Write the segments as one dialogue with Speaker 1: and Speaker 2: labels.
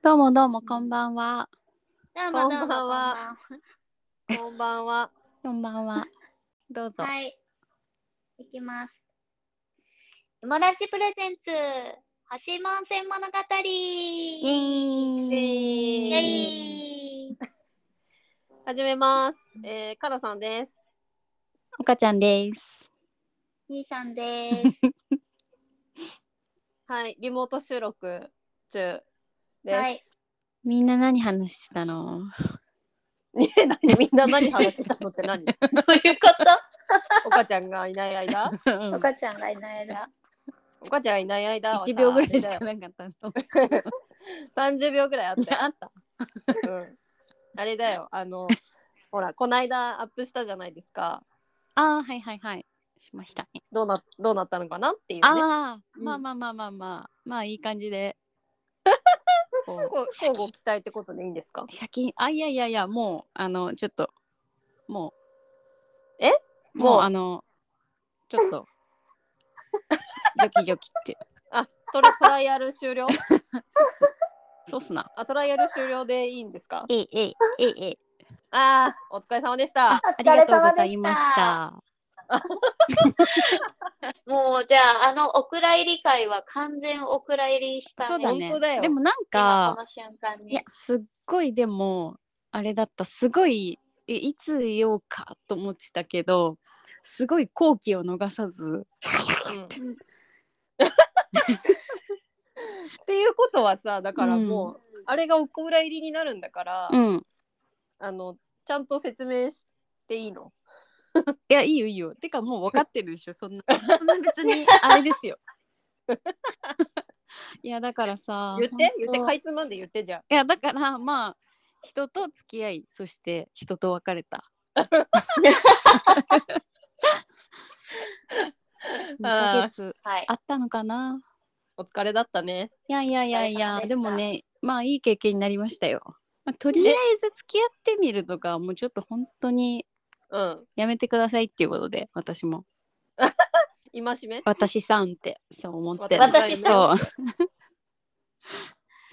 Speaker 1: どうもどうもこんばんは。
Speaker 2: どうもどうも
Speaker 3: こんばんはこんばんは。
Speaker 1: こんばんは。どう
Speaker 2: こ
Speaker 1: ぞ。
Speaker 2: んばんははい。いきます。山ラシプレゼンツ、橋門線物語
Speaker 1: イエ
Speaker 2: イ
Speaker 1: ーイ。
Speaker 3: エ
Speaker 2: エイ
Speaker 3: 始めます。えー、カラさんです。
Speaker 1: おかちゃんです。
Speaker 2: 兄さん です。
Speaker 3: はい、リモート収録中です。
Speaker 2: はい
Speaker 1: みんな何話してたの？
Speaker 3: ね え、何みんな何話してたのって何？
Speaker 2: どういうこ
Speaker 3: おかちゃんがいない間、
Speaker 2: とお母ちゃんがいない間。
Speaker 3: おかちゃんがいない間はさ
Speaker 1: 一秒ぐらいしかなかったの。
Speaker 3: あれだよ30秒ぐらいあったよ
Speaker 1: あった。
Speaker 3: うん、あれだよ。あのほらこないだアップしたじゃないですか。
Speaker 1: あーはいはいはい。しましたね。
Speaker 3: どうなどうなったのかなっていうね。
Speaker 1: ああ、
Speaker 3: うん
Speaker 1: まあまあまあまあまあまあいい感じで。こう
Speaker 3: こう交互期待ってことでいいんですか？
Speaker 1: 借金あいやいやいやもうあのちょっともう
Speaker 3: え
Speaker 1: もう
Speaker 3: もう
Speaker 1: あのちょっとジョキジョキって
Speaker 3: あ、トラトライア ル終了？
Speaker 1: そうっすな
Speaker 3: あ、トライアル終了でいいんですか？
Speaker 1: ええええええ
Speaker 3: ああ、お疲れ様でした。
Speaker 1: ありがとうございました
Speaker 2: もうじゃあ、あのお蔵入り会は完全お蔵入りしたね。
Speaker 1: そうだ
Speaker 3: 本当だ
Speaker 1: ね
Speaker 3: よ
Speaker 1: でもなん
Speaker 2: 今
Speaker 1: か
Speaker 2: この瞬間
Speaker 1: い
Speaker 2: に。
Speaker 1: やすっごいでもあれだったすごいえいつ言おうかと思ってたけどすごい好機を逃さず
Speaker 3: うんっていうことはさだからもう、あれがお蔵入りになるんだから、
Speaker 1: うん
Speaker 3: あのちゃんと説明していいの
Speaker 1: いやいいよいいよてかもう分かってるでしょそんなそんな別にあれですよ いやだからさ
Speaker 3: 言って言って
Speaker 1: 本当
Speaker 3: かいつまんで言ってじゃ
Speaker 1: いやだからまあ人と付き合いそして人と別れた2ヶ月
Speaker 2: はい
Speaker 1: あ。ったのかな
Speaker 3: お疲れだったね
Speaker 1: いやいやいやい
Speaker 2: お疲れ様
Speaker 1: や
Speaker 2: でした
Speaker 1: でもねまあいい経験になりましたよ、まあ、とりあえず付き合ってみるとかもうちょっと本当に
Speaker 3: うん
Speaker 1: やめてくださいっていうことで私も
Speaker 3: 今しめい
Speaker 1: 私さんってそう思って
Speaker 2: 私
Speaker 1: そ
Speaker 3: さ
Speaker 1: う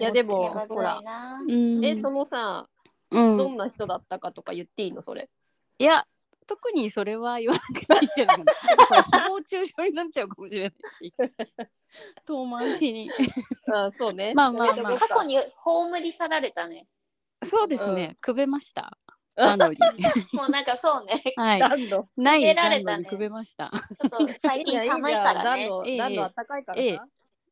Speaker 3: やでも
Speaker 2: やばくな
Speaker 3: ほら
Speaker 2: いな。
Speaker 1: うん
Speaker 3: えそのさ、
Speaker 1: うん
Speaker 3: どんな人だったかとか言っていいのそれ
Speaker 1: いや特にそれは言わなくていいんじゃないかなこれ誹謗中傷になっちゃうかもしれないし遠回しに
Speaker 3: あそうね
Speaker 1: まあまあまあ
Speaker 2: 過去に葬り去られたね。
Speaker 1: そうですね、
Speaker 3: う
Speaker 1: くべました暖炉に
Speaker 2: もうなんか そうね。
Speaker 1: はい
Speaker 3: 暖炉
Speaker 1: ない
Speaker 2: くべら
Speaker 1: 暖
Speaker 2: れ
Speaker 1: 炉
Speaker 2: た
Speaker 1: に
Speaker 2: ね
Speaker 1: くべました、
Speaker 2: ちょっと最
Speaker 3: いいじ
Speaker 2: 近
Speaker 3: ゃんいいじゃん
Speaker 2: 寒いからね
Speaker 3: 暖。炉
Speaker 1: ええ
Speaker 3: 暖炉あったかいからさ、
Speaker 1: ええ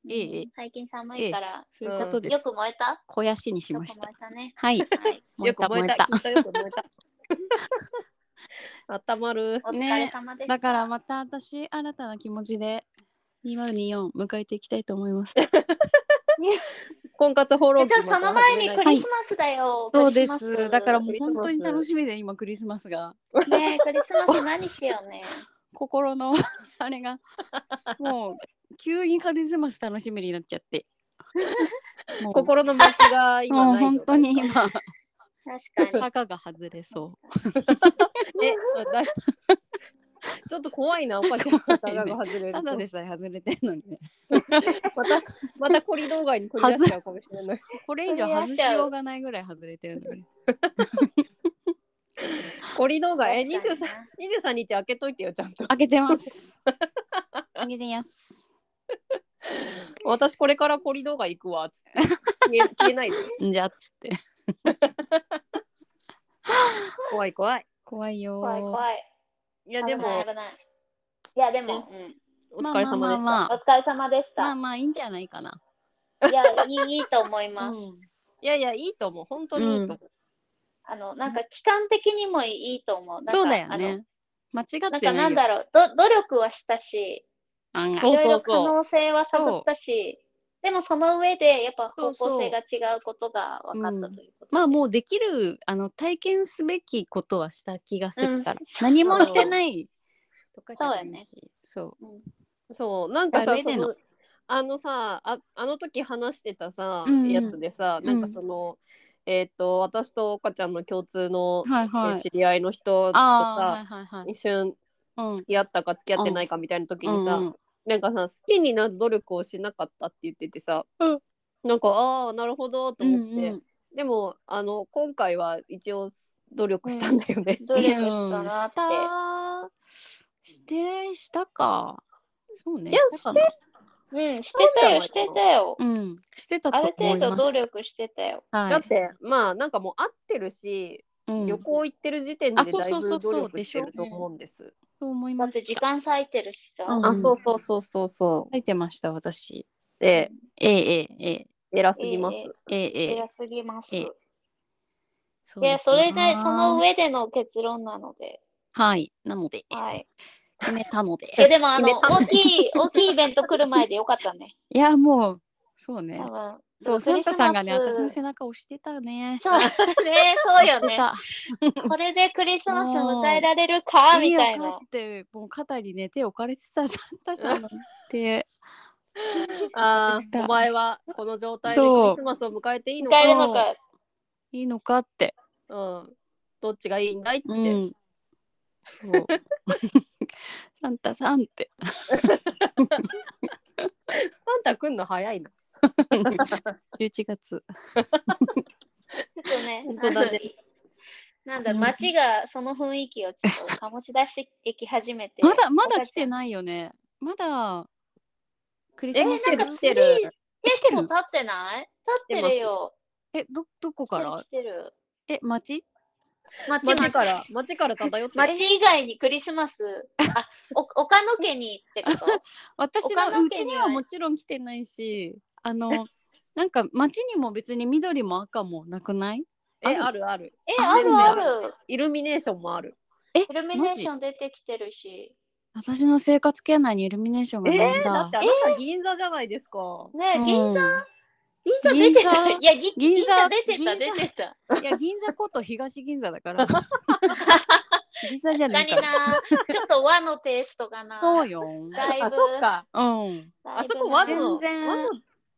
Speaker 1: ええ
Speaker 2: 最近寒いから、
Speaker 1: そういうことです、
Speaker 2: よく燃えた
Speaker 1: 肥やしにしました
Speaker 2: よく燃えたね。
Speaker 1: はい
Speaker 2: はい、
Speaker 1: 燃え
Speaker 3: よく
Speaker 1: た
Speaker 3: 燃
Speaker 1: 燃
Speaker 3: え
Speaker 1: え
Speaker 3: た
Speaker 1: た
Speaker 3: きっとよく燃え たあったまる
Speaker 2: お疲れ様でし た。
Speaker 1: だからまた私新たな気持ちで2024迎えていきたいと思います
Speaker 3: 婚活放浪
Speaker 2: え
Speaker 3: 記
Speaker 2: じゃあその前に
Speaker 3: また始
Speaker 2: ク
Speaker 3: めない
Speaker 2: リスマスだよ。
Speaker 1: そうで
Speaker 2: クリスマ
Speaker 1: す
Speaker 2: ス
Speaker 1: だからもう本当に
Speaker 3: クリスマス
Speaker 1: 楽しみで今クリスマスが
Speaker 2: ねえクリスマス何しようね。
Speaker 1: 心の あれがもう急にクリスマス楽しみになっちゃ ってもう
Speaker 3: 心の持ちが今
Speaker 1: もう
Speaker 3: ない
Speaker 1: 本
Speaker 3: 状
Speaker 1: 当
Speaker 3: 態
Speaker 1: に今
Speaker 2: 確かに。
Speaker 1: たかが外れそ
Speaker 3: えあだい ちょっと怖いなお 母ちゃんが頭が外れ
Speaker 1: う
Speaker 3: る
Speaker 1: た
Speaker 3: と
Speaker 1: だでさえ外れてんのに ね
Speaker 3: またまたコリ動画にこり出しちゃうかもし れない
Speaker 1: これ以上外しようがないぐらい外れてるのに
Speaker 3: コリ動画え
Speaker 2: 確かに
Speaker 3: 23,
Speaker 2: な
Speaker 3: 23日開けといてよちゃん と
Speaker 1: 開けてます開けてやす
Speaker 3: 私これからコリ動画行くわつって消え消えないで
Speaker 1: んじゃっつって
Speaker 3: 怖い怖い
Speaker 1: 怖いよー
Speaker 2: 怖い怖い。
Speaker 3: いやで
Speaker 2: 危な
Speaker 3: も
Speaker 2: い危ない。いやでも、うん、
Speaker 3: お疲れ様
Speaker 1: まあま
Speaker 3: でした、
Speaker 1: あま
Speaker 2: お疲れ様でした。
Speaker 1: まあまあいいんじゃないかな、
Speaker 2: いやいいいいと思います。
Speaker 1: うん
Speaker 3: いやいやいいと思う本当にいいと思う、
Speaker 2: あのなんか期間的にもいいと思う。なんか
Speaker 1: そうだよ。
Speaker 2: あの
Speaker 1: ね間違って
Speaker 2: な
Speaker 1: なんい
Speaker 2: か
Speaker 1: よ
Speaker 2: なんだろうど努力はしたし、
Speaker 1: 案外
Speaker 3: そ
Speaker 2: いうろいろ可能性は探ったし、でもその上でやっぱ方向性が違うことが分かったということで。
Speaker 1: まあもうできるあの体験すべきことはした気がするから、何もしてないとかじゃないしそう,、
Speaker 3: そうなんかさ
Speaker 1: あ上
Speaker 3: そ
Speaker 1: での
Speaker 3: のあのさああの時話してたさ、
Speaker 1: うんうん
Speaker 3: やつでさなんかその、えーっと私と岡ちゃんの共通の、
Speaker 1: はいはい
Speaker 3: えー知り合いの人と
Speaker 1: あ
Speaker 3: さ、
Speaker 1: あーはいはいはい
Speaker 3: 一瞬
Speaker 1: うん
Speaker 3: 付き合ったか付き合ってないかみたいな時にさ、
Speaker 1: うんうん
Speaker 3: なんかさ好きになる努力をしなかったって言っててさ、なんかああなるほどと思って、
Speaker 1: うん
Speaker 3: でもあの今回は一応努力したんだよね、
Speaker 2: 努力した
Speaker 1: うん
Speaker 2: なって。
Speaker 1: したしてしたかそうね
Speaker 3: いや
Speaker 1: たかな
Speaker 2: うん、してたよ、
Speaker 3: し
Speaker 2: したて
Speaker 3: んじ
Speaker 2: たよ。
Speaker 1: うんしてたと
Speaker 2: あ
Speaker 1: 思
Speaker 2: る
Speaker 1: います
Speaker 2: 程度努力してたよ。
Speaker 1: はい
Speaker 3: だってまあなんかもう合ってるし、
Speaker 1: うん、
Speaker 3: 旅行行ってる時点
Speaker 1: あ
Speaker 3: で
Speaker 1: そう
Speaker 3: だい
Speaker 1: そうそ
Speaker 3: ぶ
Speaker 1: うそう
Speaker 3: 努力して
Speaker 1: で
Speaker 3: る
Speaker 1: し
Speaker 2: ょ
Speaker 3: と思うんです。
Speaker 1: そう思い
Speaker 2: だ
Speaker 1: ま
Speaker 2: っ
Speaker 1: す
Speaker 2: て時間割いてるしさ。
Speaker 1: うん
Speaker 3: あそうそうそうそうそう。
Speaker 1: 書いてました私
Speaker 3: で
Speaker 1: えええええ
Speaker 3: 偉すぎます。
Speaker 2: ええ
Speaker 1: えええ
Speaker 2: 偉すぎます。
Speaker 1: ええ
Speaker 2: い
Speaker 1: そう
Speaker 2: や、
Speaker 1: す
Speaker 2: それで、
Speaker 1: な
Speaker 2: その上での結論なので。
Speaker 1: はいなので
Speaker 2: はい。
Speaker 1: 決めたので
Speaker 2: いや、でも、あの、
Speaker 3: 決め た
Speaker 2: 大きい、大きいイベント来る前でよかったね。
Speaker 1: いやもうそうね
Speaker 2: 多分。
Speaker 1: そう
Speaker 2: ク
Speaker 1: サ
Speaker 2: リ
Speaker 1: ン
Speaker 2: スマ
Speaker 1: タ
Speaker 2: ス
Speaker 1: さんがね私の背中押してたね
Speaker 2: そうね、そ うよね。
Speaker 1: 押
Speaker 2: これでクリスマス迎えられるか
Speaker 1: して
Speaker 2: み
Speaker 1: た
Speaker 2: た
Speaker 1: いい
Speaker 2: い
Speaker 1: よ
Speaker 2: な
Speaker 1: 帰。ってもう肩にね手置かれてたサンタさんの手
Speaker 3: あ
Speaker 1: し
Speaker 3: あ、
Speaker 1: た
Speaker 3: お前はこの状態でク
Speaker 1: そう
Speaker 3: リスマスを迎えていいの
Speaker 2: 迎え
Speaker 3: か。
Speaker 2: るのか。
Speaker 1: いいのかって
Speaker 3: うん。どっちがいいんだいっつ
Speaker 1: う
Speaker 3: って。
Speaker 1: ん。 そう。サンタさんって。
Speaker 3: サンタ来んの早いな。
Speaker 1: 11月。
Speaker 2: ちょっとね
Speaker 3: 本当だね、
Speaker 2: あのなんだ、
Speaker 1: うん
Speaker 2: 街がその雰囲気をちょっと醸し出していき始めて。
Speaker 1: まだまだ来てないよね。まだクリス
Speaker 3: え、
Speaker 1: マス
Speaker 3: なん
Speaker 1: が
Speaker 3: か来てる。
Speaker 2: 結構経ってない経ってるよ。
Speaker 1: えどどこから
Speaker 2: 来てる。
Speaker 1: え町
Speaker 2: 街
Speaker 3: 街から、街から漂ってる。
Speaker 2: 街以外にクリスマス、あ、お岡野家にってこと
Speaker 1: 私
Speaker 2: 岡
Speaker 1: の
Speaker 2: 野
Speaker 1: う
Speaker 2: 家
Speaker 1: ち
Speaker 2: に
Speaker 1: に
Speaker 2: は
Speaker 1: はもちろん来てないしあの なんか町にも別に緑も赤もなくない
Speaker 3: え、あるある。
Speaker 2: え、
Speaker 1: あ
Speaker 2: あるある。
Speaker 3: イルミネーションもある。
Speaker 2: イルミネーション出てきてるし。
Speaker 1: 私の生活圏内にイルミネーション
Speaker 3: え
Speaker 1: がないん
Speaker 3: ー、だ
Speaker 1: だ
Speaker 3: って。あなた銀座じゃないですか。
Speaker 2: ね
Speaker 1: うん
Speaker 2: 銀座、銀座出てた。
Speaker 1: 銀座
Speaker 2: いや、ぎ銀
Speaker 1: 銀
Speaker 2: 座
Speaker 1: 座
Speaker 2: 出てた、出
Speaker 1: 銀座
Speaker 2: てた。
Speaker 1: いや銀座こと東銀座だから 銀座じゃ
Speaker 2: 確
Speaker 1: な
Speaker 2: か
Speaker 1: い
Speaker 2: に
Speaker 1: か
Speaker 2: な
Speaker 1: ら。
Speaker 2: ちょっと和のテイストがな。
Speaker 1: そうよ。
Speaker 2: だいぶ。
Speaker 3: あ、そっか。
Speaker 1: うん。
Speaker 2: だ
Speaker 3: あ
Speaker 2: いぶね
Speaker 3: そこ和の
Speaker 1: 全然
Speaker 3: 和の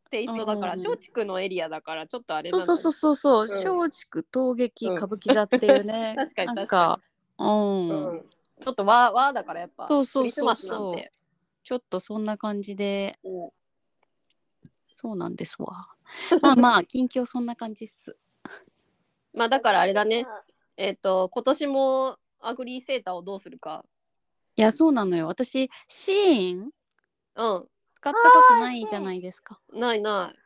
Speaker 3: テイストだから、
Speaker 1: うん
Speaker 3: 松竹のエリアだからちょっとあれな
Speaker 1: そ
Speaker 3: ん
Speaker 1: う
Speaker 3: だ
Speaker 1: そうそうそうそう
Speaker 3: うん
Speaker 1: 松竹陶劇
Speaker 3: うん
Speaker 1: 歌舞伎座っていうね
Speaker 3: 確かに
Speaker 1: なんかうん、
Speaker 3: うんちょっと和和だからやっぱ
Speaker 1: そうそうそうそう
Speaker 3: クリスマスなんて。
Speaker 1: ちょっとそんな感じで
Speaker 3: うん
Speaker 1: そうなんですわまあまあ近況そんな感じっす
Speaker 3: まあだからあれだね。えっ、と今年もアグリーセーターをどうするか。
Speaker 1: いやそうなのよ私シーン
Speaker 3: うん。
Speaker 1: 使ったことないじゃないですか
Speaker 3: ないない。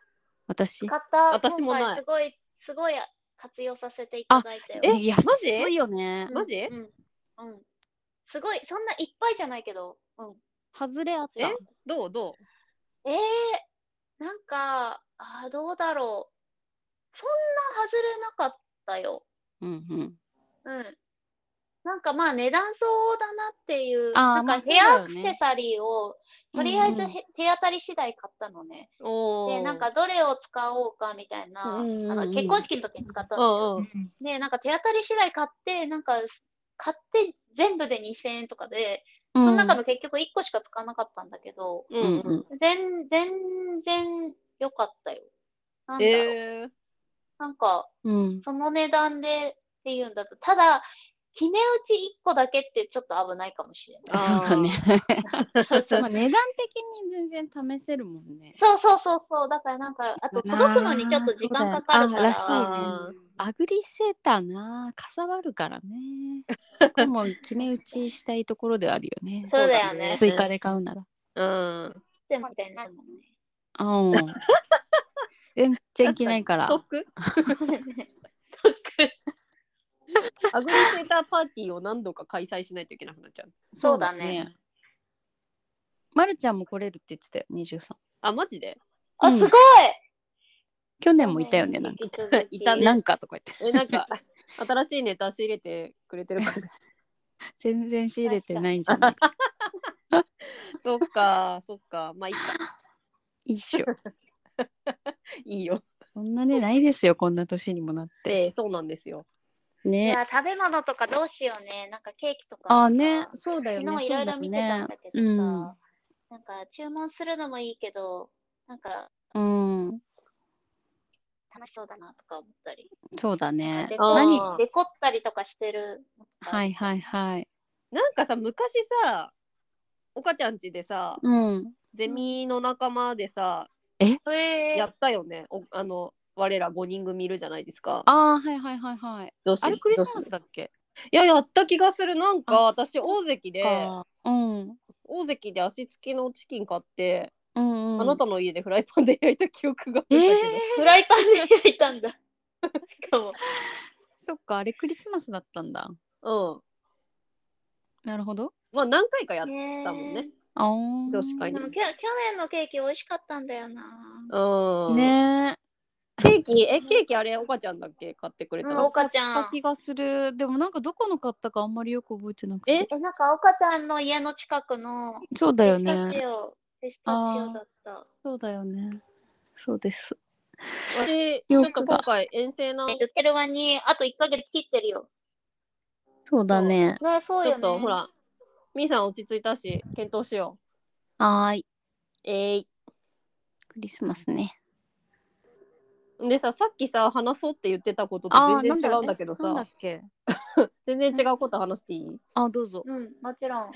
Speaker 1: 私
Speaker 2: 買った。
Speaker 3: 私もない
Speaker 2: 今回すごい、すごい活用させていただいたよ。
Speaker 3: え
Speaker 1: 安
Speaker 3: マジ
Speaker 1: いよね
Speaker 3: マジ？
Speaker 2: うん。うん。すごい、そんないっぱいじゃないけど。うん。
Speaker 1: 外れあった
Speaker 3: えどうど
Speaker 2: えー、なんか、あーどうだろう。そんな外れなかったよ。
Speaker 1: うんうん
Speaker 2: うん。なんかまあ値段相応だなっていう、
Speaker 1: あー
Speaker 2: なん
Speaker 1: まあ
Speaker 2: か
Speaker 1: そう
Speaker 2: ヘ
Speaker 1: だ
Speaker 2: ア
Speaker 1: よ
Speaker 2: ア
Speaker 1: ね
Speaker 2: クセサリーを、とりあえず
Speaker 1: うんうん
Speaker 2: へ手当たり次第買ったのね。
Speaker 3: う？おお。
Speaker 2: で、なんかどれを使おうかみたいな、
Speaker 1: うんうんうん
Speaker 2: あの結婚式の時に使ったんだけ
Speaker 3: う
Speaker 2: ど、
Speaker 3: んうん。
Speaker 2: で、なんか手当たり次第買って、なんか買って全部で2000円とかで、
Speaker 1: うん
Speaker 2: その中の結局1個しか使わなかったんだけど、
Speaker 3: う
Speaker 1: うんん
Speaker 3: う。
Speaker 1: うんん
Speaker 2: 全全然良かったよ。なんだろう、
Speaker 3: えー、
Speaker 2: なんか、
Speaker 1: うん
Speaker 2: その値段でっていうんだと、ただ、決め打ち1個だけってちょっと危ないかもしれない。
Speaker 3: あー
Speaker 1: そうだね
Speaker 2: そうそ
Speaker 1: まあ
Speaker 2: う
Speaker 1: 値段的に全然試せるもんね
Speaker 2: そうそうそうそう、だからなんか、あと届くのにちょっと時間かかるから。
Speaker 1: あーそうだよねあーらしいね
Speaker 3: あー
Speaker 1: アグリセーターなかさばるからね。これも決め打ちしたいところではあるよね。
Speaker 2: そうだよね。
Speaker 1: 追加で買うなら。
Speaker 3: うん。
Speaker 2: でもみたいなもんね。
Speaker 1: うん。全然着ないから。
Speaker 3: ストック？ アグリーセーターパーティーを何度か開催しないといけなくなっちゃう。
Speaker 2: そうだね。
Speaker 1: まるちゃんも来れるって言ってたよ、23。
Speaker 3: あマジで？
Speaker 2: あ、
Speaker 1: うん
Speaker 2: すごい
Speaker 1: 去年もいたよね、なんか。
Speaker 2: か
Speaker 3: いたね
Speaker 1: なんかとか言って。
Speaker 3: えなんか新しいネタ仕入れてくれてるから。
Speaker 1: 全然仕入れてないんじゃない
Speaker 3: そっかそっかまあいいか
Speaker 1: いいっしょ。
Speaker 3: いいよ。
Speaker 1: そんなね、ないですよ、こんな年にもなって。
Speaker 3: でそうなんですよ。
Speaker 2: い
Speaker 1: ね。
Speaker 2: や、食べ物とかどうしようね。なんかケーキとかもさ。
Speaker 1: ああね、そうだよね
Speaker 2: 昨。日い
Speaker 1: そ
Speaker 2: ろ
Speaker 1: う
Speaker 2: い
Speaker 1: だ
Speaker 2: ろ見てたん
Speaker 1: ね
Speaker 2: だけ。ど
Speaker 1: う
Speaker 2: さ、
Speaker 1: ん。
Speaker 2: なんか注文するのもいいけど、なんか
Speaker 1: うん。
Speaker 2: 楽しそうだなとか思ったり、
Speaker 1: そうだね。
Speaker 2: デコ
Speaker 1: 何
Speaker 3: あー
Speaker 2: デコったりとかしてるのとか。
Speaker 1: はいはいはい。
Speaker 3: なんかさ昔さおかちゃんちでさ
Speaker 1: うん。
Speaker 3: ゼミの仲間でさ
Speaker 2: え
Speaker 3: や
Speaker 2: ー
Speaker 3: っ、たよねおあの我ら5人組いるじゃないですか
Speaker 1: ああはいはいはいはい
Speaker 3: 女子
Speaker 1: あれクリスマ
Speaker 3: 女
Speaker 1: ス
Speaker 3: 子
Speaker 1: だっけ
Speaker 3: いややった気がするなんか
Speaker 1: あ
Speaker 3: 私大関で
Speaker 1: かうん
Speaker 3: 大関で足つきのチキン買って、
Speaker 1: うんうん
Speaker 3: あなたの家でフライパンで焼いた記憶がある
Speaker 1: え
Speaker 3: んだけど、
Speaker 1: ー
Speaker 2: フライパンで焼いたんだ。しかも、
Speaker 1: そっかあれクリスマスだったんだ
Speaker 3: うん
Speaker 1: なるほど
Speaker 3: まあ何回かやっ
Speaker 2: ね
Speaker 3: たもんね
Speaker 1: ああ
Speaker 3: 女子会
Speaker 2: で
Speaker 3: に
Speaker 2: もきょ去年のケーキ美味しかったんだよな。
Speaker 3: うん、
Speaker 1: ねえ
Speaker 3: ケーキえケーキあれおかちゃんだっけ買ってくれた
Speaker 2: うん
Speaker 3: の、
Speaker 2: おかちゃん
Speaker 1: 買った気がするでもなんかどこの買ったかあんまりよく覚えてなくて
Speaker 3: え
Speaker 2: え、なんか、岡ちゃんの家の近くの
Speaker 1: そうだよ
Speaker 2: ピスタチ
Speaker 1: ね
Speaker 2: オ、ピスタチオだった。
Speaker 1: そうだよねそうです
Speaker 3: 私ち
Speaker 1: 洋
Speaker 3: ょっと
Speaker 1: 服
Speaker 3: 今
Speaker 1: が
Speaker 3: 回遠征な
Speaker 2: 言ってる間に、あと1ヶ月切ってるよ。
Speaker 1: そうだね
Speaker 2: ね、そうよね。
Speaker 3: ちょっとほ。ら、みーさん落ち着いたし、検討しよ。
Speaker 1: はーいう
Speaker 3: えい、
Speaker 1: クリスマスね
Speaker 3: でさ、さっきさ、話そうって言ってたことと
Speaker 1: あー
Speaker 3: 全
Speaker 1: な
Speaker 3: 然違
Speaker 1: ろ
Speaker 3: うんだけど
Speaker 1: えなんだ
Speaker 3: さ
Speaker 1: っ、け
Speaker 3: 全然違うこと話していい
Speaker 1: あどうぞ
Speaker 2: うん、もちろん。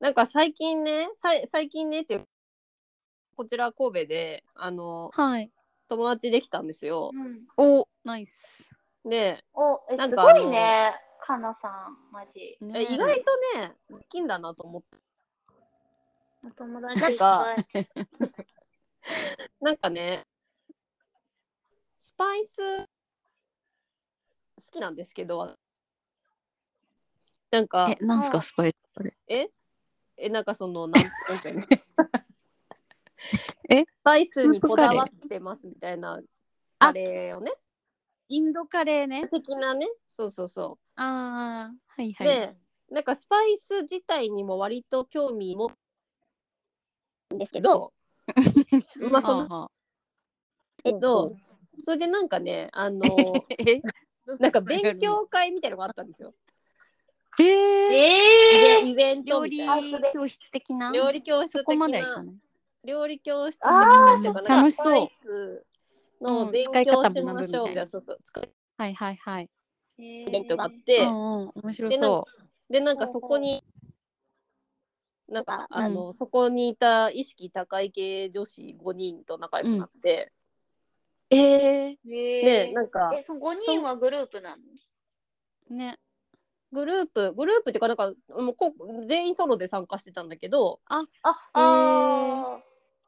Speaker 3: なんか最近ね、さい最近ねっていう、こちら神戸で、あの、
Speaker 1: はい
Speaker 3: 友達できたんですよ。
Speaker 2: うん。
Speaker 1: おナイス
Speaker 3: で、
Speaker 2: お、え、
Speaker 3: なん
Speaker 2: す
Speaker 3: か
Speaker 2: ごいね、かなさん、マジ。
Speaker 1: ね
Speaker 3: え意外とね、できんだなと思って。
Speaker 2: お友達いっぱい。
Speaker 3: なんかね、スパイス、好きなんですけど、なんか、
Speaker 1: えなんす
Speaker 2: う
Speaker 1: か
Speaker 2: ん
Speaker 1: スパイスあれ
Speaker 3: ええなんかそのなんなんていうの
Speaker 1: え
Speaker 3: スパイスにこだわってますみたいな
Speaker 1: あ
Speaker 3: カレーをね
Speaker 1: インドカレーね
Speaker 3: 的なねそうそうそ
Speaker 1: ああはいは
Speaker 3: う、
Speaker 1: い
Speaker 3: でなんかスパイス自体にも割と興味もんですけどまあその
Speaker 1: の
Speaker 3: えっとそれでなんかねあ の
Speaker 1: え
Speaker 3: なんか勉強会みたいなのがあったんですよ
Speaker 1: えー、
Speaker 2: えー、
Speaker 3: イベント
Speaker 1: 料
Speaker 3: み
Speaker 1: 理
Speaker 3: たいな
Speaker 1: 教室的な
Speaker 3: 料理教室
Speaker 1: そ
Speaker 3: 的
Speaker 1: こまではいか
Speaker 3: な
Speaker 1: ない
Speaker 3: 料理教室的
Speaker 2: あ
Speaker 3: な
Speaker 1: ー
Speaker 3: っていうかなんか
Speaker 1: 楽しそう
Speaker 3: スパイスの
Speaker 1: うん
Speaker 3: 勉
Speaker 1: 使い
Speaker 3: 強
Speaker 1: 方
Speaker 3: しましょ
Speaker 1: 学ぶみ
Speaker 3: う
Speaker 1: た
Speaker 3: み
Speaker 1: い
Speaker 3: たい
Speaker 1: な
Speaker 3: なそうそう使い
Speaker 1: はいはいはい
Speaker 2: え
Speaker 3: イベントがあっ
Speaker 2: ー
Speaker 3: て、
Speaker 1: うんうん面白そ
Speaker 3: でなんかそこになんか
Speaker 1: うん
Speaker 3: あの、そこにいた意識高い系女子5人と仲良くなって、
Speaker 1: うえ
Speaker 2: え
Speaker 3: で
Speaker 2: ー
Speaker 3: なんか
Speaker 2: え、その5人はグループなの
Speaker 1: ー、ね
Speaker 3: グループグループっていうかなんかもうこう全員ソロで参加してたんだけど
Speaker 2: あ、あ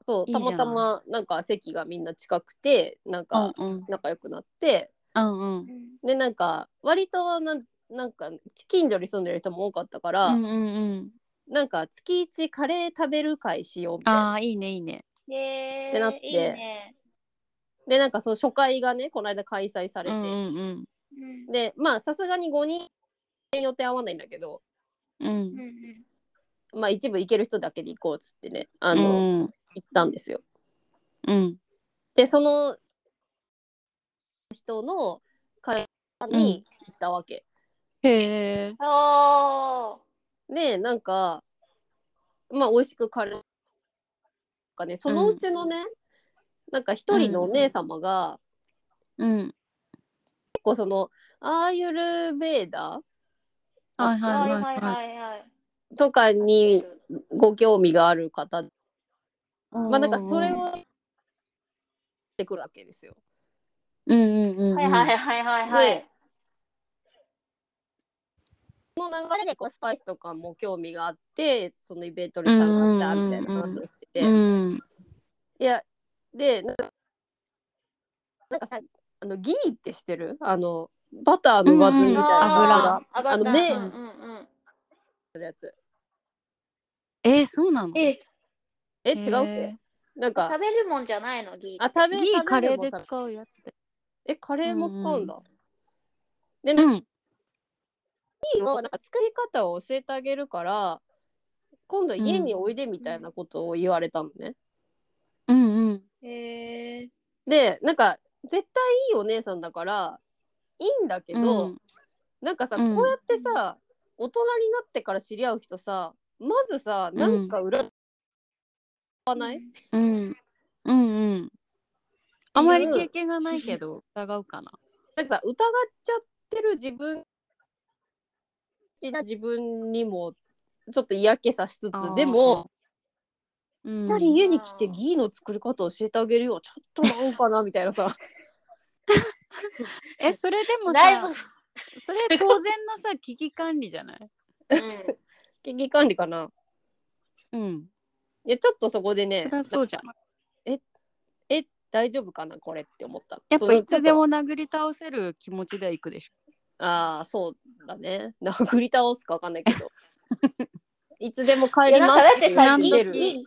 Speaker 3: そう
Speaker 1: いい
Speaker 3: た
Speaker 1: じゃん
Speaker 3: またまなんか席がみんな近くてなん
Speaker 1: うん
Speaker 3: か
Speaker 1: うん
Speaker 3: 仲良くなって、
Speaker 1: うんう
Speaker 2: ー
Speaker 1: ん
Speaker 2: うん
Speaker 3: でなんか割となんなんか近所に住んでる人も多かったから、
Speaker 1: うんうんうん
Speaker 3: なんか月一カレー食べる会しようみたいな
Speaker 1: ああいいねいいね
Speaker 2: え
Speaker 3: ってなって
Speaker 2: いいね。
Speaker 3: でなんかその初回がねこの間開催され
Speaker 1: う
Speaker 3: て、
Speaker 1: んうん
Speaker 2: うん
Speaker 3: でまあさすがに5人予定合わないんだけど
Speaker 1: うんう
Speaker 2: うん
Speaker 1: ん
Speaker 2: うん
Speaker 3: まあ一部行ける人だけで行こうっつってねあ
Speaker 1: う
Speaker 3: の、行
Speaker 1: ん
Speaker 3: ったんですよ。
Speaker 1: うん
Speaker 3: でその人の会に行ったわけ、
Speaker 1: へえ
Speaker 2: あ
Speaker 3: でなんかまあ美味しくカレーとかねそのうちのね、なんか一人のお姉様が、
Speaker 1: うん
Speaker 3: 結構そのアーユルベーダ
Speaker 1: はい
Speaker 2: あ、
Speaker 1: は
Speaker 2: はいい
Speaker 1: はい
Speaker 2: は
Speaker 1: は
Speaker 2: い
Speaker 1: い
Speaker 2: はいはい。
Speaker 3: ーとかにご興味がある方でまあなんかそれ
Speaker 1: うん
Speaker 3: をってくるわけですよ。
Speaker 1: うんうんうん
Speaker 2: はいはいはいはいはい
Speaker 3: で。この流れでこうスパイスとかも興味があってそのイベントに参加したみたいな話をしてて、
Speaker 1: うん
Speaker 3: いやでなんかなんかさあのギーってしてるあのバターの上澄みたいな
Speaker 1: あ
Speaker 3: 油あの
Speaker 2: 油
Speaker 3: 麺
Speaker 2: うんうんうん。
Speaker 1: えー、そうなの
Speaker 2: え、
Speaker 3: え違うって
Speaker 1: へ
Speaker 3: なんか
Speaker 2: 食べるもんじゃないのギー
Speaker 3: あ食べ
Speaker 1: ー
Speaker 3: 食
Speaker 1: ギ
Speaker 3: べ
Speaker 1: ーカレー
Speaker 3: るも
Speaker 1: で
Speaker 3: ん食べ
Speaker 1: 使うやつで
Speaker 3: えカレーも使うんだ、で
Speaker 1: うん
Speaker 3: ピーをなんか作り方を教えてあげるから今度家においでみたいなことを言われたのね。
Speaker 1: うんうん
Speaker 2: へえ。
Speaker 3: でなんか絶対いいお姉さんだからいいんだけど、
Speaker 1: うん
Speaker 3: なんかさ、
Speaker 1: うん
Speaker 3: こうやってさ大人になってから知り合う人さまずさ
Speaker 1: ん
Speaker 3: なんか裏、わない
Speaker 1: うんうんうん。あまり経験がないけど疑うかな。
Speaker 3: なんか疑っちゃってる自分自分にもちょっと嫌気さしつつでも
Speaker 1: うん
Speaker 3: 一人家に来てギーの作り方教えてあげるよちょっとなんか なみたいなさ
Speaker 1: えそれでも
Speaker 2: だいぶ
Speaker 1: さ、それ当然のさ危機管理じゃない
Speaker 2: うん、
Speaker 3: 危機管理かな
Speaker 1: うん
Speaker 3: いやちょっとそこで
Speaker 1: そ
Speaker 3: ね
Speaker 1: りゃそうじゃん
Speaker 3: え大丈夫かなこれって思った
Speaker 1: やっ
Speaker 3: そ
Speaker 1: ぱ
Speaker 3: の
Speaker 1: いつでも殴り倒せる気持ちではいくでしょ
Speaker 3: ああそうだね殴り倒すかわかんないけ どいつでも帰
Speaker 2: いや
Speaker 3: り
Speaker 2: なん
Speaker 3: ま
Speaker 2: か
Speaker 3: す
Speaker 2: だ
Speaker 3: っ
Speaker 2: ってて
Speaker 3: 言
Speaker 2: さ、
Speaker 3: っ
Speaker 2: ギ
Speaker 3: て
Speaker 2: ギ
Speaker 1: る
Speaker 2: ギ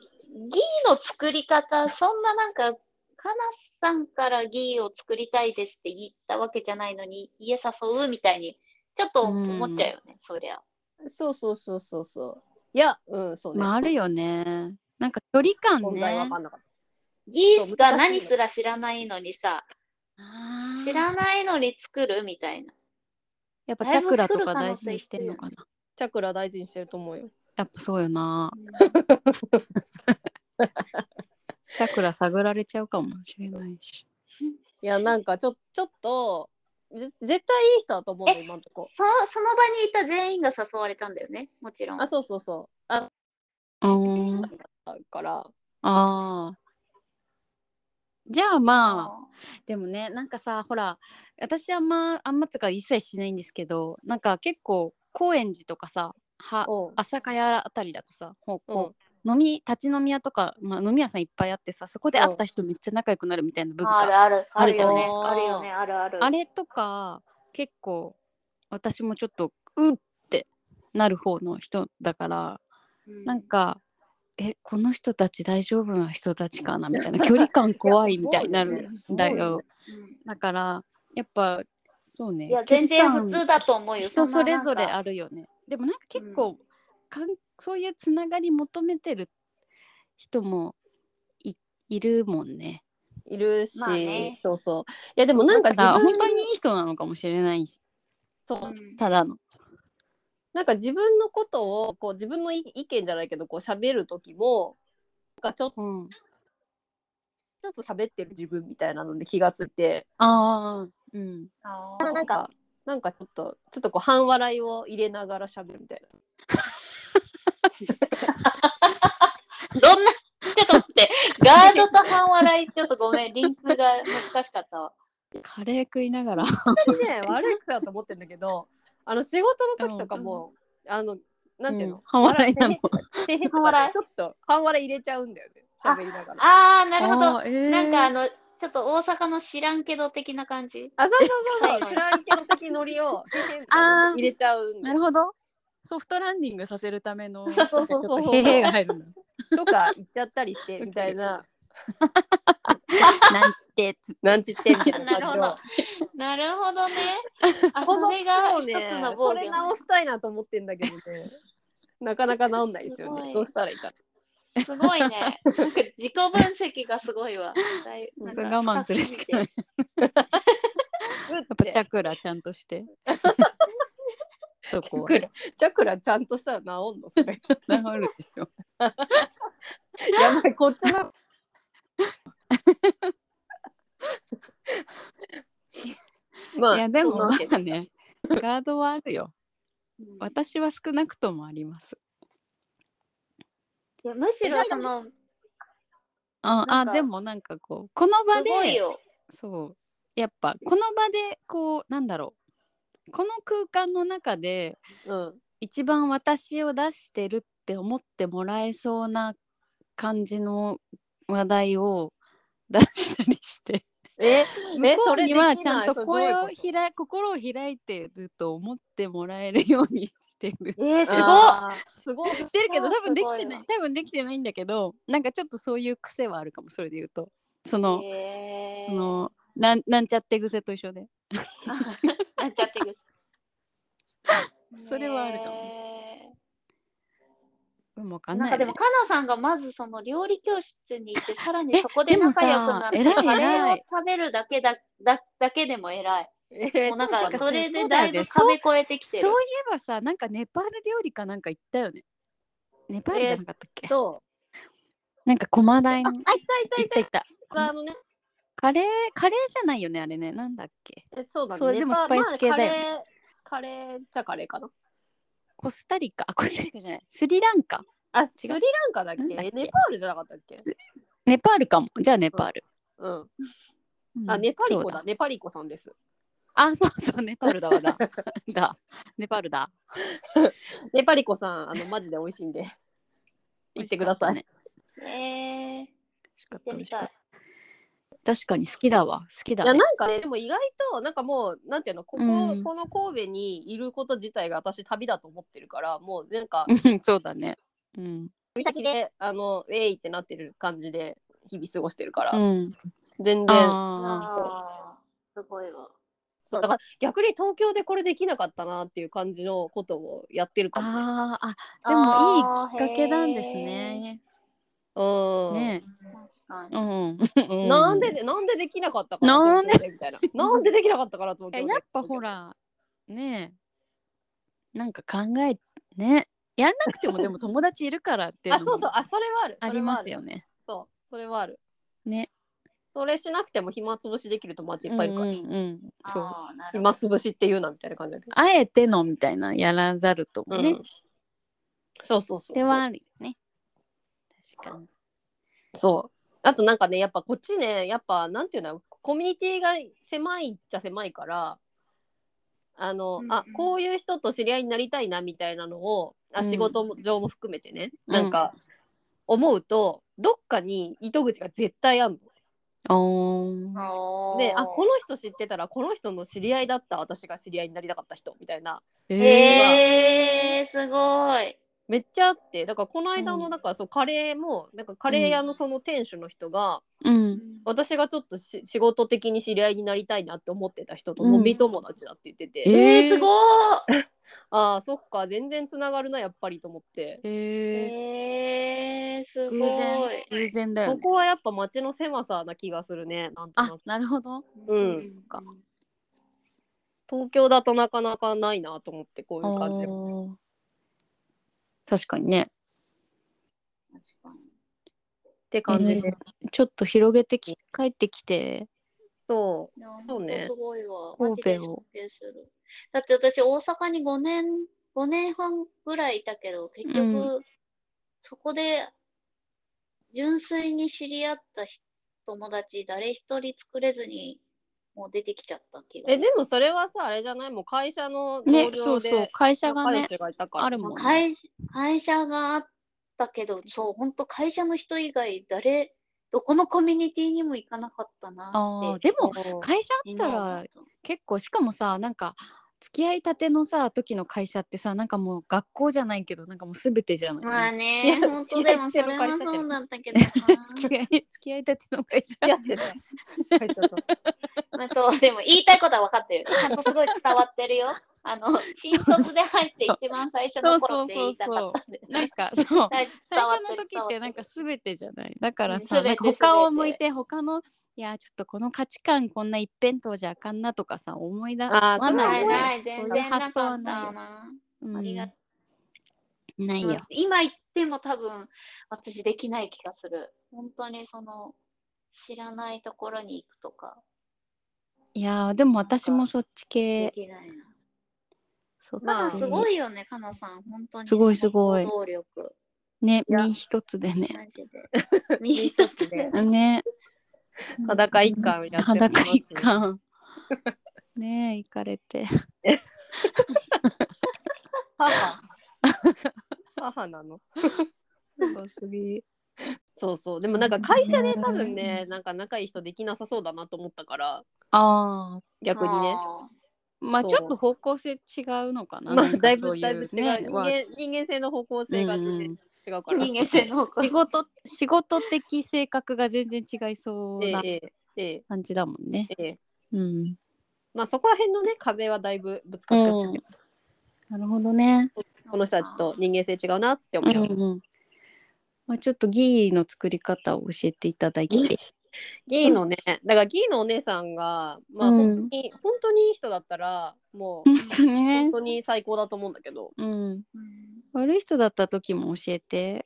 Speaker 2: の作り方、そんななんか、かなさんからギーを作りたいですって言ったわけじゃないのに、家誘うみたいに、ちょっと思っちゃうよね、そりゃ。
Speaker 3: そうそうそうそうそういやうんそうね、
Speaker 1: まああるよねなんか距離感
Speaker 3: 問題わ
Speaker 1: ね
Speaker 3: かんなかっ
Speaker 2: ギーが
Speaker 3: 難しい
Speaker 2: 何
Speaker 3: よね
Speaker 2: すら知らないのにさ、
Speaker 1: あー
Speaker 2: 知らないのに作るみたいな。
Speaker 1: やっぱチャクラとか大事にしてんのかな
Speaker 3: たチャクラ大事にしてると思うよ
Speaker 1: やっぱそうよなチャクラ探られちゃうかもしれないし
Speaker 3: いやなんかちょちょっとぜ絶対いい人だと思うの今んとこ
Speaker 2: そその場にいた全員が誘われたんだよね、もちろん。
Speaker 3: あそうそうそうあ
Speaker 1: うーん
Speaker 3: だから
Speaker 1: あーじゃあまあでもねなんかさほら私あんまあんまつか一切しないんですけどなんか結構高円寺とかさは
Speaker 3: おう
Speaker 1: 朝霞屋あたりだとさもう
Speaker 3: うん
Speaker 1: こう、飲み立ち飲み屋とか、まあ、飲み屋さんいっぱいあってさそこで会った人めっちゃ仲良くなるみたいな文
Speaker 2: ある
Speaker 1: 化あ
Speaker 2: ある、
Speaker 1: あ
Speaker 2: あ
Speaker 1: る
Speaker 2: る
Speaker 1: じゃな
Speaker 2: よ
Speaker 1: い
Speaker 2: ね
Speaker 1: です、
Speaker 3: か
Speaker 2: あるよね、あるある。
Speaker 1: れとか結構私もちょっとうってなる方の人だから
Speaker 2: うん
Speaker 1: なんかえこの人たち大丈夫な人たちかなみ たいな距離感怖いみたいになるんだ
Speaker 3: いや
Speaker 1: よ。
Speaker 2: うん
Speaker 1: だからやっぱそうね
Speaker 2: いや、全然普通だと思うよ。
Speaker 1: 人
Speaker 2: ん
Speaker 1: それ
Speaker 2: ななん
Speaker 1: ぞれ
Speaker 2: か
Speaker 1: あるよねでもなんか結構、かんそういうつながり求めてる人もいいるもんね
Speaker 3: いるし、
Speaker 2: まあね
Speaker 3: そうそういやでもなんか
Speaker 1: だから
Speaker 3: 自分
Speaker 1: 本当にいい人なのかもしれないし
Speaker 3: そう
Speaker 2: うん
Speaker 1: ただの
Speaker 3: なんか自分のことをこう自分の意意見じゃないけどこう喋る時もなんかちょっと
Speaker 1: うん
Speaker 3: ずつ喋ってる自分みたいなので気がついて
Speaker 1: ああうん
Speaker 2: あ
Speaker 3: なんかなんかちょっとちょっとこう半笑いを入れながら喋るみたいな
Speaker 2: ーどんな、ちょっと待 って、ガードと半笑い、ちょっとごめん、リンクが難しかったわ。
Speaker 1: カレー食いながら
Speaker 3: 本 当にね悪い癖だと思ってるんだけどあの仕事の時とかも、あのなんていうの、
Speaker 1: うん半笑いなの
Speaker 3: へへへへとかね
Speaker 2: 半笑い
Speaker 3: ちょっと半笑い入れちゃうんだよね喋りながらあ
Speaker 2: あー、なるほど。
Speaker 1: あーえー
Speaker 2: なんかあの、ちょっと大阪の知らんけど的な感じ。
Speaker 3: そうそうそう
Speaker 2: は
Speaker 3: そう
Speaker 2: い
Speaker 3: 知らんけど的ノリをへへみたいなの入れちゃうんだ
Speaker 1: な
Speaker 3: よ
Speaker 1: るほどソフトランディングさせるための
Speaker 3: そうそうそうそう
Speaker 1: ちょっとへーへーが入るの
Speaker 3: とか言っちゃったりしてみたいな
Speaker 1: なんちってっつって
Speaker 3: なんちってみたいな
Speaker 2: なる
Speaker 3: 感
Speaker 2: ほ
Speaker 3: じを
Speaker 2: ど。なる ほどね。あ、
Speaker 3: こ
Speaker 2: そ
Speaker 3: の
Speaker 2: れが
Speaker 3: 癖を
Speaker 2: 一つ
Speaker 3: ね
Speaker 2: の防
Speaker 3: そ
Speaker 2: 御
Speaker 3: れ直したいなと思ってんだけどねなかなか治んないですよ
Speaker 2: すご
Speaker 3: ね
Speaker 2: い
Speaker 3: どうしたらいいか
Speaker 2: すごいね。なんか自己分析がすごいわ。だいなん
Speaker 1: そ
Speaker 2: か
Speaker 1: れ我慢するしかないや
Speaker 3: やっ
Speaker 1: っぱチャクラちゃんとしてそ
Speaker 3: チャ
Speaker 1: こは
Speaker 3: クラチャクラちゃんとしたら治んのそれ
Speaker 1: 治るでしょ
Speaker 3: やばいこっちの まあ
Speaker 1: いやで
Speaker 3: そん
Speaker 1: も
Speaker 3: な
Speaker 1: ま
Speaker 3: わけで
Speaker 1: あねガードはあるよ
Speaker 2: うん
Speaker 1: 私は少なくともあります
Speaker 2: いやむしろその、
Speaker 1: あ
Speaker 2: な
Speaker 1: あ
Speaker 2: んか
Speaker 1: でもなんかこうこの場
Speaker 2: すごい
Speaker 1: で
Speaker 2: よ。
Speaker 1: そうやっぱこの場でこうなんだろうこの空間の中で
Speaker 3: うん
Speaker 1: 一番私を出してるって思ってもらえそうな感じの話題を出したりして
Speaker 3: え
Speaker 1: 向こ
Speaker 3: そうれ
Speaker 1: に
Speaker 3: できな
Speaker 1: はいちゃんと
Speaker 3: それどうい
Speaker 1: 声
Speaker 3: うこ
Speaker 1: を開い心を開いてると思ってもらえるようにしてる
Speaker 2: えー、すごっ
Speaker 3: あーすごい
Speaker 1: してるけど
Speaker 2: そう
Speaker 1: 多分できて
Speaker 2: すごい
Speaker 1: ない
Speaker 2: わ
Speaker 1: 多分できてないんだけどなんかちょっとそういう癖はあるかもそれで言うとその,、
Speaker 2: へー
Speaker 1: そのなんなんちゃって癖と一緒で
Speaker 2: なっちゃってくる
Speaker 1: それはあるかも
Speaker 2: ね
Speaker 1: うんわ
Speaker 2: え
Speaker 1: かん
Speaker 2: な
Speaker 1: なんいよね
Speaker 2: かでも、かなさんがまずその料理教室に行って、さらに
Speaker 1: え
Speaker 2: そこで
Speaker 1: でも
Speaker 2: 仲
Speaker 1: さ
Speaker 2: 良くなって、
Speaker 1: 偉い
Speaker 2: カレ
Speaker 1: 偉
Speaker 2: ーを
Speaker 1: い
Speaker 2: 食べるだけだだだけでも偉い。
Speaker 3: え
Speaker 2: もうなん
Speaker 1: そ
Speaker 2: か
Speaker 1: うか、
Speaker 2: それ
Speaker 1: そ
Speaker 2: で
Speaker 1: うだ
Speaker 2: だ
Speaker 1: よ
Speaker 2: い
Speaker 1: ね
Speaker 2: ぶ
Speaker 1: そう
Speaker 2: 壁越えてき
Speaker 1: そう
Speaker 2: て
Speaker 1: い
Speaker 2: る。
Speaker 1: えばさなんかネパール料理かなんか行ったよねネパールじゃなかったっけ、
Speaker 3: と
Speaker 1: なんか駒台に
Speaker 3: あいたいた
Speaker 1: 行っ
Speaker 3: いた
Speaker 1: た行った
Speaker 3: あのね
Speaker 1: カレーカレーじゃないよねあれねなんだっけ
Speaker 3: えそうだね。
Speaker 1: それでも
Speaker 3: ネパ
Speaker 1: スパイス系だよね
Speaker 3: まあカレー、カレーっちゃカレーかな。
Speaker 1: コスタリカあコスタリカじゃないスリランカ
Speaker 3: あ、スリランカだっけ
Speaker 1: なんだっけ
Speaker 3: ネパールじゃなかったっけ
Speaker 1: ネパールかもじゃあネパール、
Speaker 3: うん。
Speaker 1: うん
Speaker 3: あ、ネパリコ
Speaker 1: そう
Speaker 3: だ。ネパリコさんです。
Speaker 1: あそうそうネパールだわだだネパールだ
Speaker 3: ネパリコさん、あの、マジで美味しいんで。行ってください。
Speaker 1: 美
Speaker 2: えー、
Speaker 1: 味しかった
Speaker 2: 行って
Speaker 1: 美味
Speaker 2: み
Speaker 1: しか
Speaker 2: た
Speaker 1: っ
Speaker 2: い。
Speaker 1: た確かに好きだわ好きだ
Speaker 3: いや
Speaker 1: ね
Speaker 3: なんかねでも意外となんかもうなんていうのここ、
Speaker 1: うん
Speaker 3: この神戸にいること自体が私旅だと思ってるからもうなんか
Speaker 1: うん そうだねうん、
Speaker 3: 旅先であのウェイってなってる感じで日々過ごしてるから、
Speaker 1: うん、
Speaker 3: 全然
Speaker 1: あ
Speaker 2: あー、すごいわ。
Speaker 3: そうだから逆に東京でこれできなかったなっていう感じのことをやってるかも、ね。
Speaker 1: ああでもいいきっかけなんですね。
Speaker 3: うん
Speaker 1: ね
Speaker 2: あー。確か
Speaker 1: う
Speaker 2: に
Speaker 1: ん、
Speaker 3: なんででなんでできなかったかな
Speaker 1: なんで
Speaker 3: 東京 みたいな。なんでできなかったかなと思っ
Speaker 1: いや
Speaker 3: て。
Speaker 1: やっぱほらねえなんか考えねやんなくてもでも友達いるからってい
Speaker 3: あ
Speaker 1: のも
Speaker 3: そうそうあそれはある。
Speaker 1: ありますよ
Speaker 3: ね。
Speaker 1: ね。
Speaker 3: そうそれはある。
Speaker 1: ね。
Speaker 3: それしなくても暇つぶしできる友達いっぱいいるから。
Speaker 1: うんうんうんそう
Speaker 2: あーなるほ
Speaker 3: 暇つぶしって言うなみたいな感じだけど。
Speaker 1: あえてのみたいなやらざるともね。
Speaker 3: うんそうそうそうそう。
Speaker 1: ではあるよね。確かに。
Speaker 3: そう。あとなんかねやっぱこっちねやっぱなんていうんだろうコミュニティが狭いっちゃ狭いからあの、
Speaker 2: うんうん
Speaker 3: あこういう人と知り合いになりたいなみたいなのをあ
Speaker 1: うん
Speaker 3: 仕事も上も含めてね、
Speaker 1: うん
Speaker 3: なんか思うとどっかに糸口が絶対ある
Speaker 1: おー
Speaker 2: ど。お
Speaker 3: の。
Speaker 2: ー
Speaker 3: であこの人知ってたらこの人の知り合いだった私が知り合いになりたかった人みたいな
Speaker 1: えー
Speaker 2: へえー、すごい。
Speaker 3: めっちゃあってだからこの間
Speaker 1: う
Speaker 3: の
Speaker 1: ん
Speaker 3: なんかそうカレーもなんかカレー屋のその店主の人が、
Speaker 1: うん
Speaker 3: 私がちょっとし仕事的に知り合いになりたいなって思ってた人と
Speaker 1: うん
Speaker 3: 飲み友達だって言ってて、
Speaker 1: え
Speaker 2: えー、すごい。
Speaker 3: ああそっか全然つながるなやっぱりと思って、
Speaker 1: えー
Speaker 2: えー、す
Speaker 1: 偶
Speaker 2: ごい。
Speaker 1: 然偶然だよ
Speaker 3: そ
Speaker 1: ね。
Speaker 3: こはやっぱ街の狭さな気がするねなんとな
Speaker 1: あ
Speaker 3: く
Speaker 1: なるほど。
Speaker 3: うん
Speaker 1: そっか
Speaker 3: 東京だとなかなかないなと思ってこういう感じ
Speaker 1: おー確かにね。
Speaker 2: 確かに
Speaker 3: って感じで、
Speaker 1: ちょっと広げてき帰ってきて。
Speaker 3: そう
Speaker 2: いや
Speaker 3: そう
Speaker 2: ほん
Speaker 3: ね
Speaker 2: とすごいわ。
Speaker 1: 神戸を
Speaker 2: マジで尊敬する。だって私、大阪に5年、5年半ぐらいいたけど、結局、
Speaker 1: う
Speaker 2: そこで、純粋に知り合った人友達、誰一人作れずに、もう出てきちゃった気が
Speaker 3: えでもそれはさあれじゃないもう会社の
Speaker 1: ね
Speaker 3: 同、
Speaker 1: そ
Speaker 3: 僚
Speaker 1: う
Speaker 3: で、
Speaker 1: そう会社が
Speaker 3: 仲良
Speaker 1: ね
Speaker 3: しがいたから
Speaker 1: あるもんね。
Speaker 2: 会会社があったけど、そう、本当会社の人以外、誰、どこのコミュニティにも行かなかったな
Speaker 1: あ
Speaker 2: っ
Speaker 1: ー
Speaker 2: て。
Speaker 1: でも
Speaker 3: そう
Speaker 1: 会社あっ
Speaker 2: 今
Speaker 1: た
Speaker 2: 思
Speaker 1: ら
Speaker 2: と
Speaker 1: 結構しかもさなんか付き合いたてのさ時の会社ってさなんかもう学校じゃないけどなんかもう全てじゃない、
Speaker 2: まあ
Speaker 3: い
Speaker 2: ね
Speaker 3: や、
Speaker 2: 本当でもそれは
Speaker 3: 付き合いしてる会社
Speaker 2: そうだったけどな。
Speaker 1: 付き合い付き合いたての会社
Speaker 3: やってない会社 と
Speaker 2: まあ、そう、でも言いたいことは分かってる。ちゃんとすごい伝わってるよ。あの、新卒で入って一番最初の頃って言いたかったんで。
Speaker 1: なんかそう
Speaker 2: はい
Speaker 1: 最
Speaker 2: 伝わ
Speaker 1: 初
Speaker 2: っ
Speaker 1: の
Speaker 2: てる
Speaker 1: 時ってなんか全てじゃないだから
Speaker 2: う
Speaker 1: さ
Speaker 2: ん全
Speaker 1: なん
Speaker 2: て
Speaker 1: か他を向いて他のいやちょっとこの価値観こんな一辺倒じゃあかんなとかさ思い出
Speaker 3: あー
Speaker 1: わ
Speaker 3: それは
Speaker 1: ないよ
Speaker 2: ないない、
Speaker 1: そう
Speaker 2: 全
Speaker 1: いう
Speaker 2: 然な
Speaker 1: 発想
Speaker 2: か
Speaker 1: は
Speaker 2: った
Speaker 1: ないよ、
Speaker 2: な。
Speaker 1: うん
Speaker 2: ありがと
Speaker 1: ないよ、
Speaker 2: 今言っても多分、私できない気がする。本当にその、知らないところに行くとか、
Speaker 1: いやーでも私もそっち
Speaker 2: で
Speaker 1: 系
Speaker 2: きないな。
Speaker 1: そっち
Speaker 3: まあ
Speaker 2: かなすごいよね、かなさん。本当に。
Speaker 1: すごいすごい
Speaker 2: 行動力。
Speaker 1: ね
Speaker 3: いや
Speaker 1: 身一つでね
Speaker 2: マジ で。身一つで。
Speaker 1: ね
Speaker 3: 裸一貫やってます
Speaker 1: 裸一貫ねえ行かれて
Speaker 3: 母母なの
Speaker 1: すごすぎ
Speaker 3: そうそうでもなんか会社で多分ね
Speaker 1: うん
Speaker 3: なんか仲いい人できなさそうだなと思ったから
Speaker 1: ああ
Speaker 3: 逆にね
Speaker 2: あー
Speaker 1: まあ
Speaker 3: そう
Speaker 1: ちょっと方向性違うのかな,な
Speaker 3: まあ
Speaker 1: んか
Speaker 3: だい
Speaker 1: そ
Speaker 3: ぶ
Speaker 1: うう
Speaker 3: だいぶ違う
Speaker 1: ね
Speaker 3: 人
Speaker 1: わ
Speaker 3: 間人間性の方向性が全然違うから、
Speaker 2: 人間性の方向
Speaker 1: 仕事仕事的性格が全然違いそう
Speaker 3: え
Speaker 1: な
Speaker 3: えええ
Speaker 1: 感じだもんね。
Speaker 3: ええ
Speaker 1: うん、
Speaker 3: まあそこら辺のね壁はだいぶぶつかっちゃった
Speaker 1: うん
Speaker 3: けど、
Speaker 1: なるほどね。
Speaker 3: この人たちと人間性違うなって
Speaker 1: う
Speaker 3: 思
Speaker 1: ん
Speaker 3: う、
Speaker 1: うんまあ、ちょっとギーの作り方を教えていただいて。
Speaker 3: ギーのねだからギーのお姉さんがまあ
Speaker 1: うん
Speaker 3: 本当に、本当にいい人だったらもう
Speaker 1: 本当ね
Speaker 3: 本。当に最高だと思うんだけど
Speaker 1: うん、
Speaker 2: うん
Speaker 1: 悪い人だった時も教えて。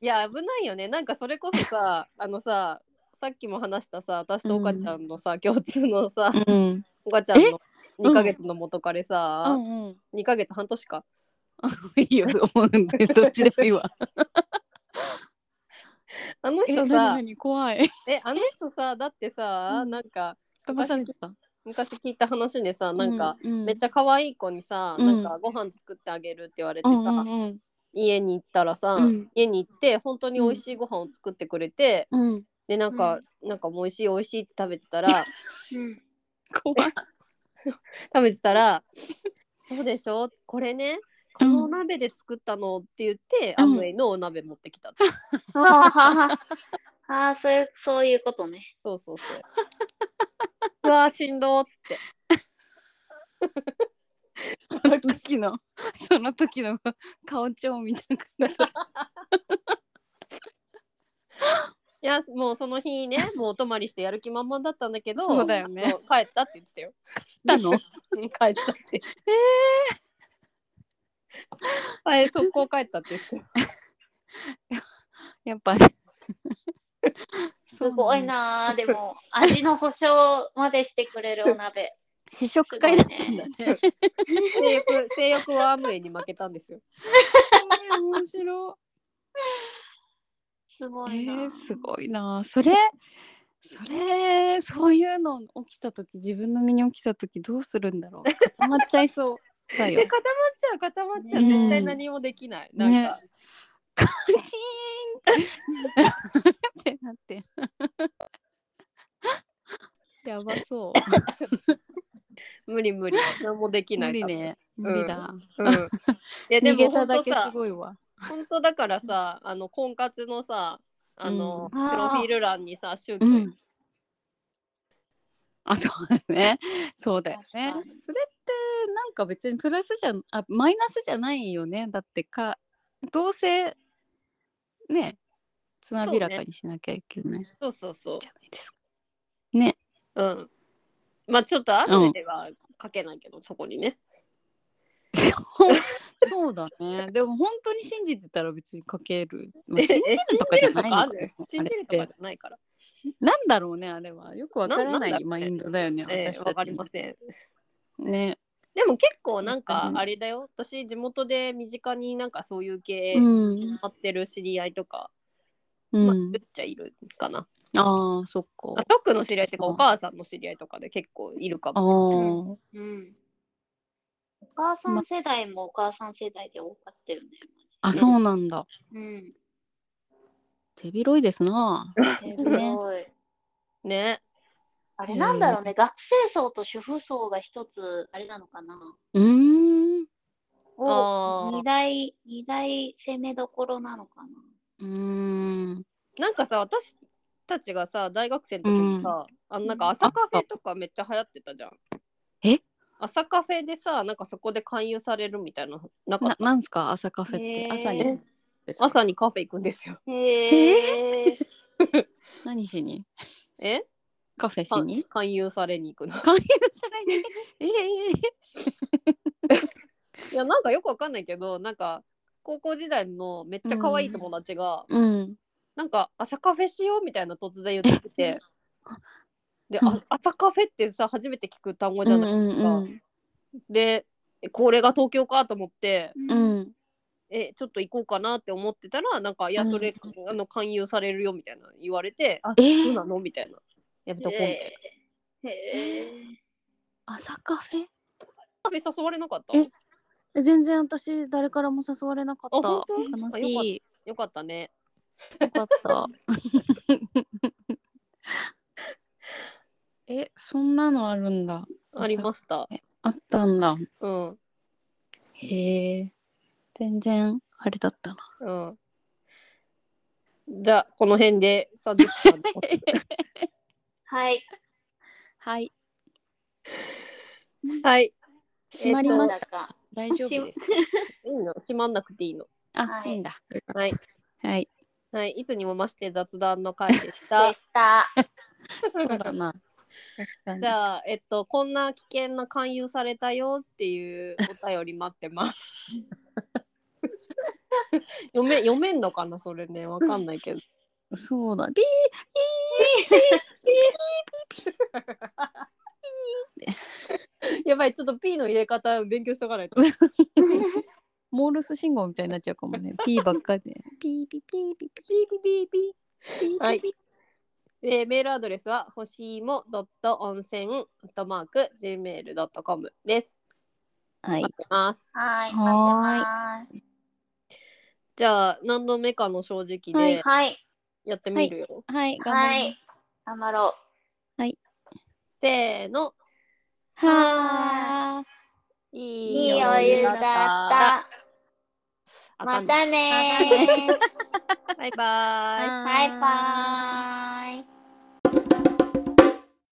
Speaker 3: いや危ないよねなんかそれこ そさあのささっきも話したさ私とおかちゃんのさ、共通のさ
Speaker 1: うん、
Speaker 3: おかちゃんの
Speaker 1: え
Speaker 3: 2ヶ月の元彼
Speaker 1: う
Speaker 3: さ、
Speaker 1: んうん
Speaker 3: 二2ヶ月半年か
Speaker 1: いいよ、思うんで、 どっちでもいいわ。
Speaker 3: あの
Speaker 1: え、
Speaker 3: 人
Speaker 1: 何
Speaker 3: さ、
Speaker 1: 何怖い。
Speaker 3: え、あの人さ、だってさ、
Speaker 1: うん
Speaker 3: なんか
Speaker 1: 騙されてた。
Speaker 3: 昔聞いた話でさ、なんか、
Speaker 1: う、うん
Speaker 3: めっちゃ可愛い子にさ、
Speaker 1: うん
Speaker 3: なんかご飯作ってあげるって言われて
Speaker 1: う
Speaker 3: さ、
Speaker 1: んうんうん
Speaker 3: 家に行ったらさ、
Speaker 1: うん
Speaker 3: 家に行って本当に美味しいご飯を作ってくれて、
Speaker 1: うん。
Speaker 3: でなんか、なんかもう美味しい美味しいって食べてたら
Speaker 2: うん。
Speaker 1: 怖い。
Speaker 3: 食べてたら「どうでしょうこれねこのお鍋で作ったの」って言って、
Speaker 1: うん
Speaker 3: アムウェイのお鍋持ってきたって、
Speaker 2: ああ、そういう、そういうことね。
Speaker 3: そ うそうそううわーしんどーっつって
Speaker 1: その時の、その時の顔調みたいな感
Speaker 3: いやもうその日ねもうお泊まりしてやる気満々だったんだけど
Speaker 1: そうだよね
Speaker 3: そう帰ったって言ってたよ
Speaker 1: じな の。
Speaker 3: うん帰ったってええ速攻帰ったって言ってたよ
Speaker 1: やっぱ。
Speaker 2: すごいなー。でも、味の保証までしてくれるお鍋。
Speaker 1: 試食会だったんだ ね。
Speaker 3: 性欲性欲はアムウェイに負けたんですよ。
Speaker 1: えー面白い。
Speaker 2: すご
Speaker 1: え
Speaker 2: いなー。
Speaker 1: ー、すごいなあ。それ、それ、そういうの起きた時、自分の身に起きた時、どうするんだろう。固まっちゃいそうだ
Speaker 3: い
Speaker 1: よ
Speaker 3: や。固まっちゃう固まっちゃう、
Speaker 1: うん
Speaker 3: 絶対何もできない。なんか、
Speaker 1: カチーンって なって。やばそう。
Speaker 3: 無理無理何もできな
Speaker 1: 無
Speaker 3: い。
Speaker 1: 理ね。
Speaker 3: 分
Speaker 1: 無理だ。
Speaker 3: 多分。うん。いやで
Speaker 1: 逃げ
Speaker 3: も
Speaker 1: た
Speaker 3: 本
Speaker 1: だ
Speaker 3: 当
Speaker 1: けす
Speaker 3: さ
Speaker 1: ごいわ。
Speaker 3: 本当だからさあの婚活のさあ
Speaker 2: う
Speaker 3: の、
Speaker 2: ん
Speaker 3: プロフィール欄にさ宗
Speaker 1: う
Speaker 3: 教、
Speaker 1: ん。あ、そうだね。そうだよね
Speaker 2: 確か。に
Speaker 1: それってなんか別にプラスじゃんあマイナスじゃないよね。だってかどうせねつまびらかにしなきゃいけないじ
Speaker 3: そうそうそう
Speaker 1: ゃないですか。
Speaker 3: うん。まあちょっと後では書けないけど、そこにね。
Speaker 1: そうだね。 でも本当に信じてたら別に書ける。まあ
Speaker 3: え
Speaker 1: 信じるとかじゃないの
Speaker 3: あ
Speaker 1: か
Speaker 3: る
Speaker 1: な。
Speaker 3: 信じるとかじゃないから。
Speaker 1: なんだろうねあれは。よくわから
Speaker 3: なな
Speaker 1: なん
Speaker 3: だろう
Speaker 1: い
Speaker 3: ね
Speaker 1: マインドだよね。
Speaker 3: え
Speaker 1: 私
Speaker 3: え
Speaker 1: た
Speaker 3: わか
Speaker 1: ち
Speaker 3: りま
Speaker 1: の。
Speaker 3: せん。
Speaker 1: ね。
Speaker 3: でも結構なんか
Speaker 1: うん
Speaker 3: あれだよ、私地元で身近になんかそういう系
Speaker 1: うん。
Speaker 3: 待ってる知り合いとか、ま
Speaker 1: う
Speaker 3: あ、い
Speaker 1: ん
Speaker 3: る。っちゃいるかな。
Speaker 1: ああそっ
Speaker 3: あ
Speaker 1: か。
Speaker 3: トックの知り合いとか
Speaker 1: うん
Speaker 3: お母さんの知り合いとかで結構いるか
Speaker 1: あ
Speaker 3: も。
Speaker 1: あ。
Speaker 2: うん。お母さん世代もお母さん世代で多かったよね。
Speaker 1: あ、そうなんだ。
Speaker 2: うん。
Speaker 1: 手広いですな。
Speaker 2: すごい。
Speaker 3: ね。
Speaker 2: あれなんだろうね、学生層と主婦層が一つ、あれなのかな。
Speaker 1: うーん。
Speaker 3: あ
Speaker 2: を
Speaker 3: ー
Speaker 2: 二大、二大攻めどころなのかな。
Speaker 1: うーん。
Speaker 3: なんかさ、私たちがさ、大学生の時にさ、あのなんか朝カフェとかめっちゃ流行ってたじゃん。
Speaker 1: え
Speaker 3: 朝カフェでさ、なんかそこで勧誘されるみたいな、なかっ
Speaker 1: な、
Speaker 3: た。
Speaker 1: なんすか、朝カフェって
Speaker 2: へ、ー
Speaker 1: 朝に。ですか
Speaker 3: 朝にカフェ行くんですよ。
Speaker 2: へえ。
Speaker 1: 何しに。
Speaker 3: え
Speaker 1: カフェし
Speaker 3: か
Speaker 1: に。
Speaker 3: 勧誘されに行くの。
Speaker 1: 勧誘され に。ええ
Speaker 3: いやなんかよくわかんないけどなんか高校時代のめっちゃ可愛い友達が、
Speaker 1: うん。
Speaker 3: なんか朝カフェしようみたいな突然言ってきて で、あ朝カフェってさ初めて聞く単語
Speaker 1: う
Speaker 3: じゃ
Speaker 1: ん
Speaker 3: ないですか、
Speaker 1: うん
Speaker 3: でえこれが東京かと思って
Speaker 1: うん。うん。
Speaker 3: えちょっと行こうかなって思ってたらなんかいや
Speaker 1: うん
Speaker 3: それ、あの勧誘されるよみたいな言われてあ
Speaker 1: え
Speaker 3: そう
Speaker 1: ー
Speaker 3: なのみたいなやめとこうみたいな、
Speaker 2: へえ。へえ。
Speaker 1: 朝カフェ。
Speaker 3: カフェ誘われなかった
Speaker 1: え全然私誰からも誘われなかっ
Speaker 3: あ
Speaker 1: た
Speaker 3: 本。当
Speaker 1: 悲し
Speaker 3: よかったね
Speaker 1: い。よかった。 え、そんなのあるんだ。
Speaker 3: ありました
Speaker 1: あったんだ。
Speaker 3: うん
Speaker 1: へえ。全然あれだったな。
Speaker 3: うん。じゃあ、この辺で30分。
Speaker 2: はい。
Speaker 1: はい。
Speaker 3: はい。
Speaker 1: 閉まりました。
Speaker 2: た。
Speaker 1: 大丈夫です。
Speaker 3: いいの閉まんなくていいの。
Speaker 1: あ、、
Speaker 2: はいい
Speaker 1: いんだ。
Speaker 3: はい。
Speaker 1: はい。
Speaker 3: はい。いつにも増して雑談の回でし
Speaker 2: で
Speaker 3: た
Speaker 2: し。た。
Speaker 1: そうだな。確か
Speaker 3: じゃあ、えっと、こんな危険な勧誘されたよっていうお便り待ってます。 読め読めんのかなそれねわかんないけど
Speaker 1: に。そうだ。ビー
Speaker 3: やばいちょっと P の入れ方勉強しとかないと
Speaker 1: モールス信号みたいになっちゃうかもね。ピーばっかりで。ピーピーピーピーピ
Speaker 3: ピーピーピー。
Speaker 1: ーピーピーピー。
Speaker 3: はいえーメールアドレスはほしいも温泉アットマーク gmail.com です。
Speaker 1: はい
Speaker 3: 待っ。てます。
Speaker 2: はい。
Speaker 1: は
Speaker 2: 待って
Speaker 3: じゃあ何度目かの正直
Speaker 1: は
Speaker 3: で
Speaker 1: い
Speaker 2: ますはい。
Speaker 3: やってみるよ。
Speaker 1: はい、頑張ります。
Speaker 2: 頑張ろ
Speaker 3: せーの。
Speaker 1: はー。
Speaker 2: う。
Speaker 3: い
Speaker 2: いいお湯だっ。
Speaker 3: あ
Speaker 2: た。
Speaker 3: か
Speaker 2: ま
Speaker 3: んな
Speaker 2: たねー。
Speaker 3: バイバーイ。
Speaker 2: バイバーイ。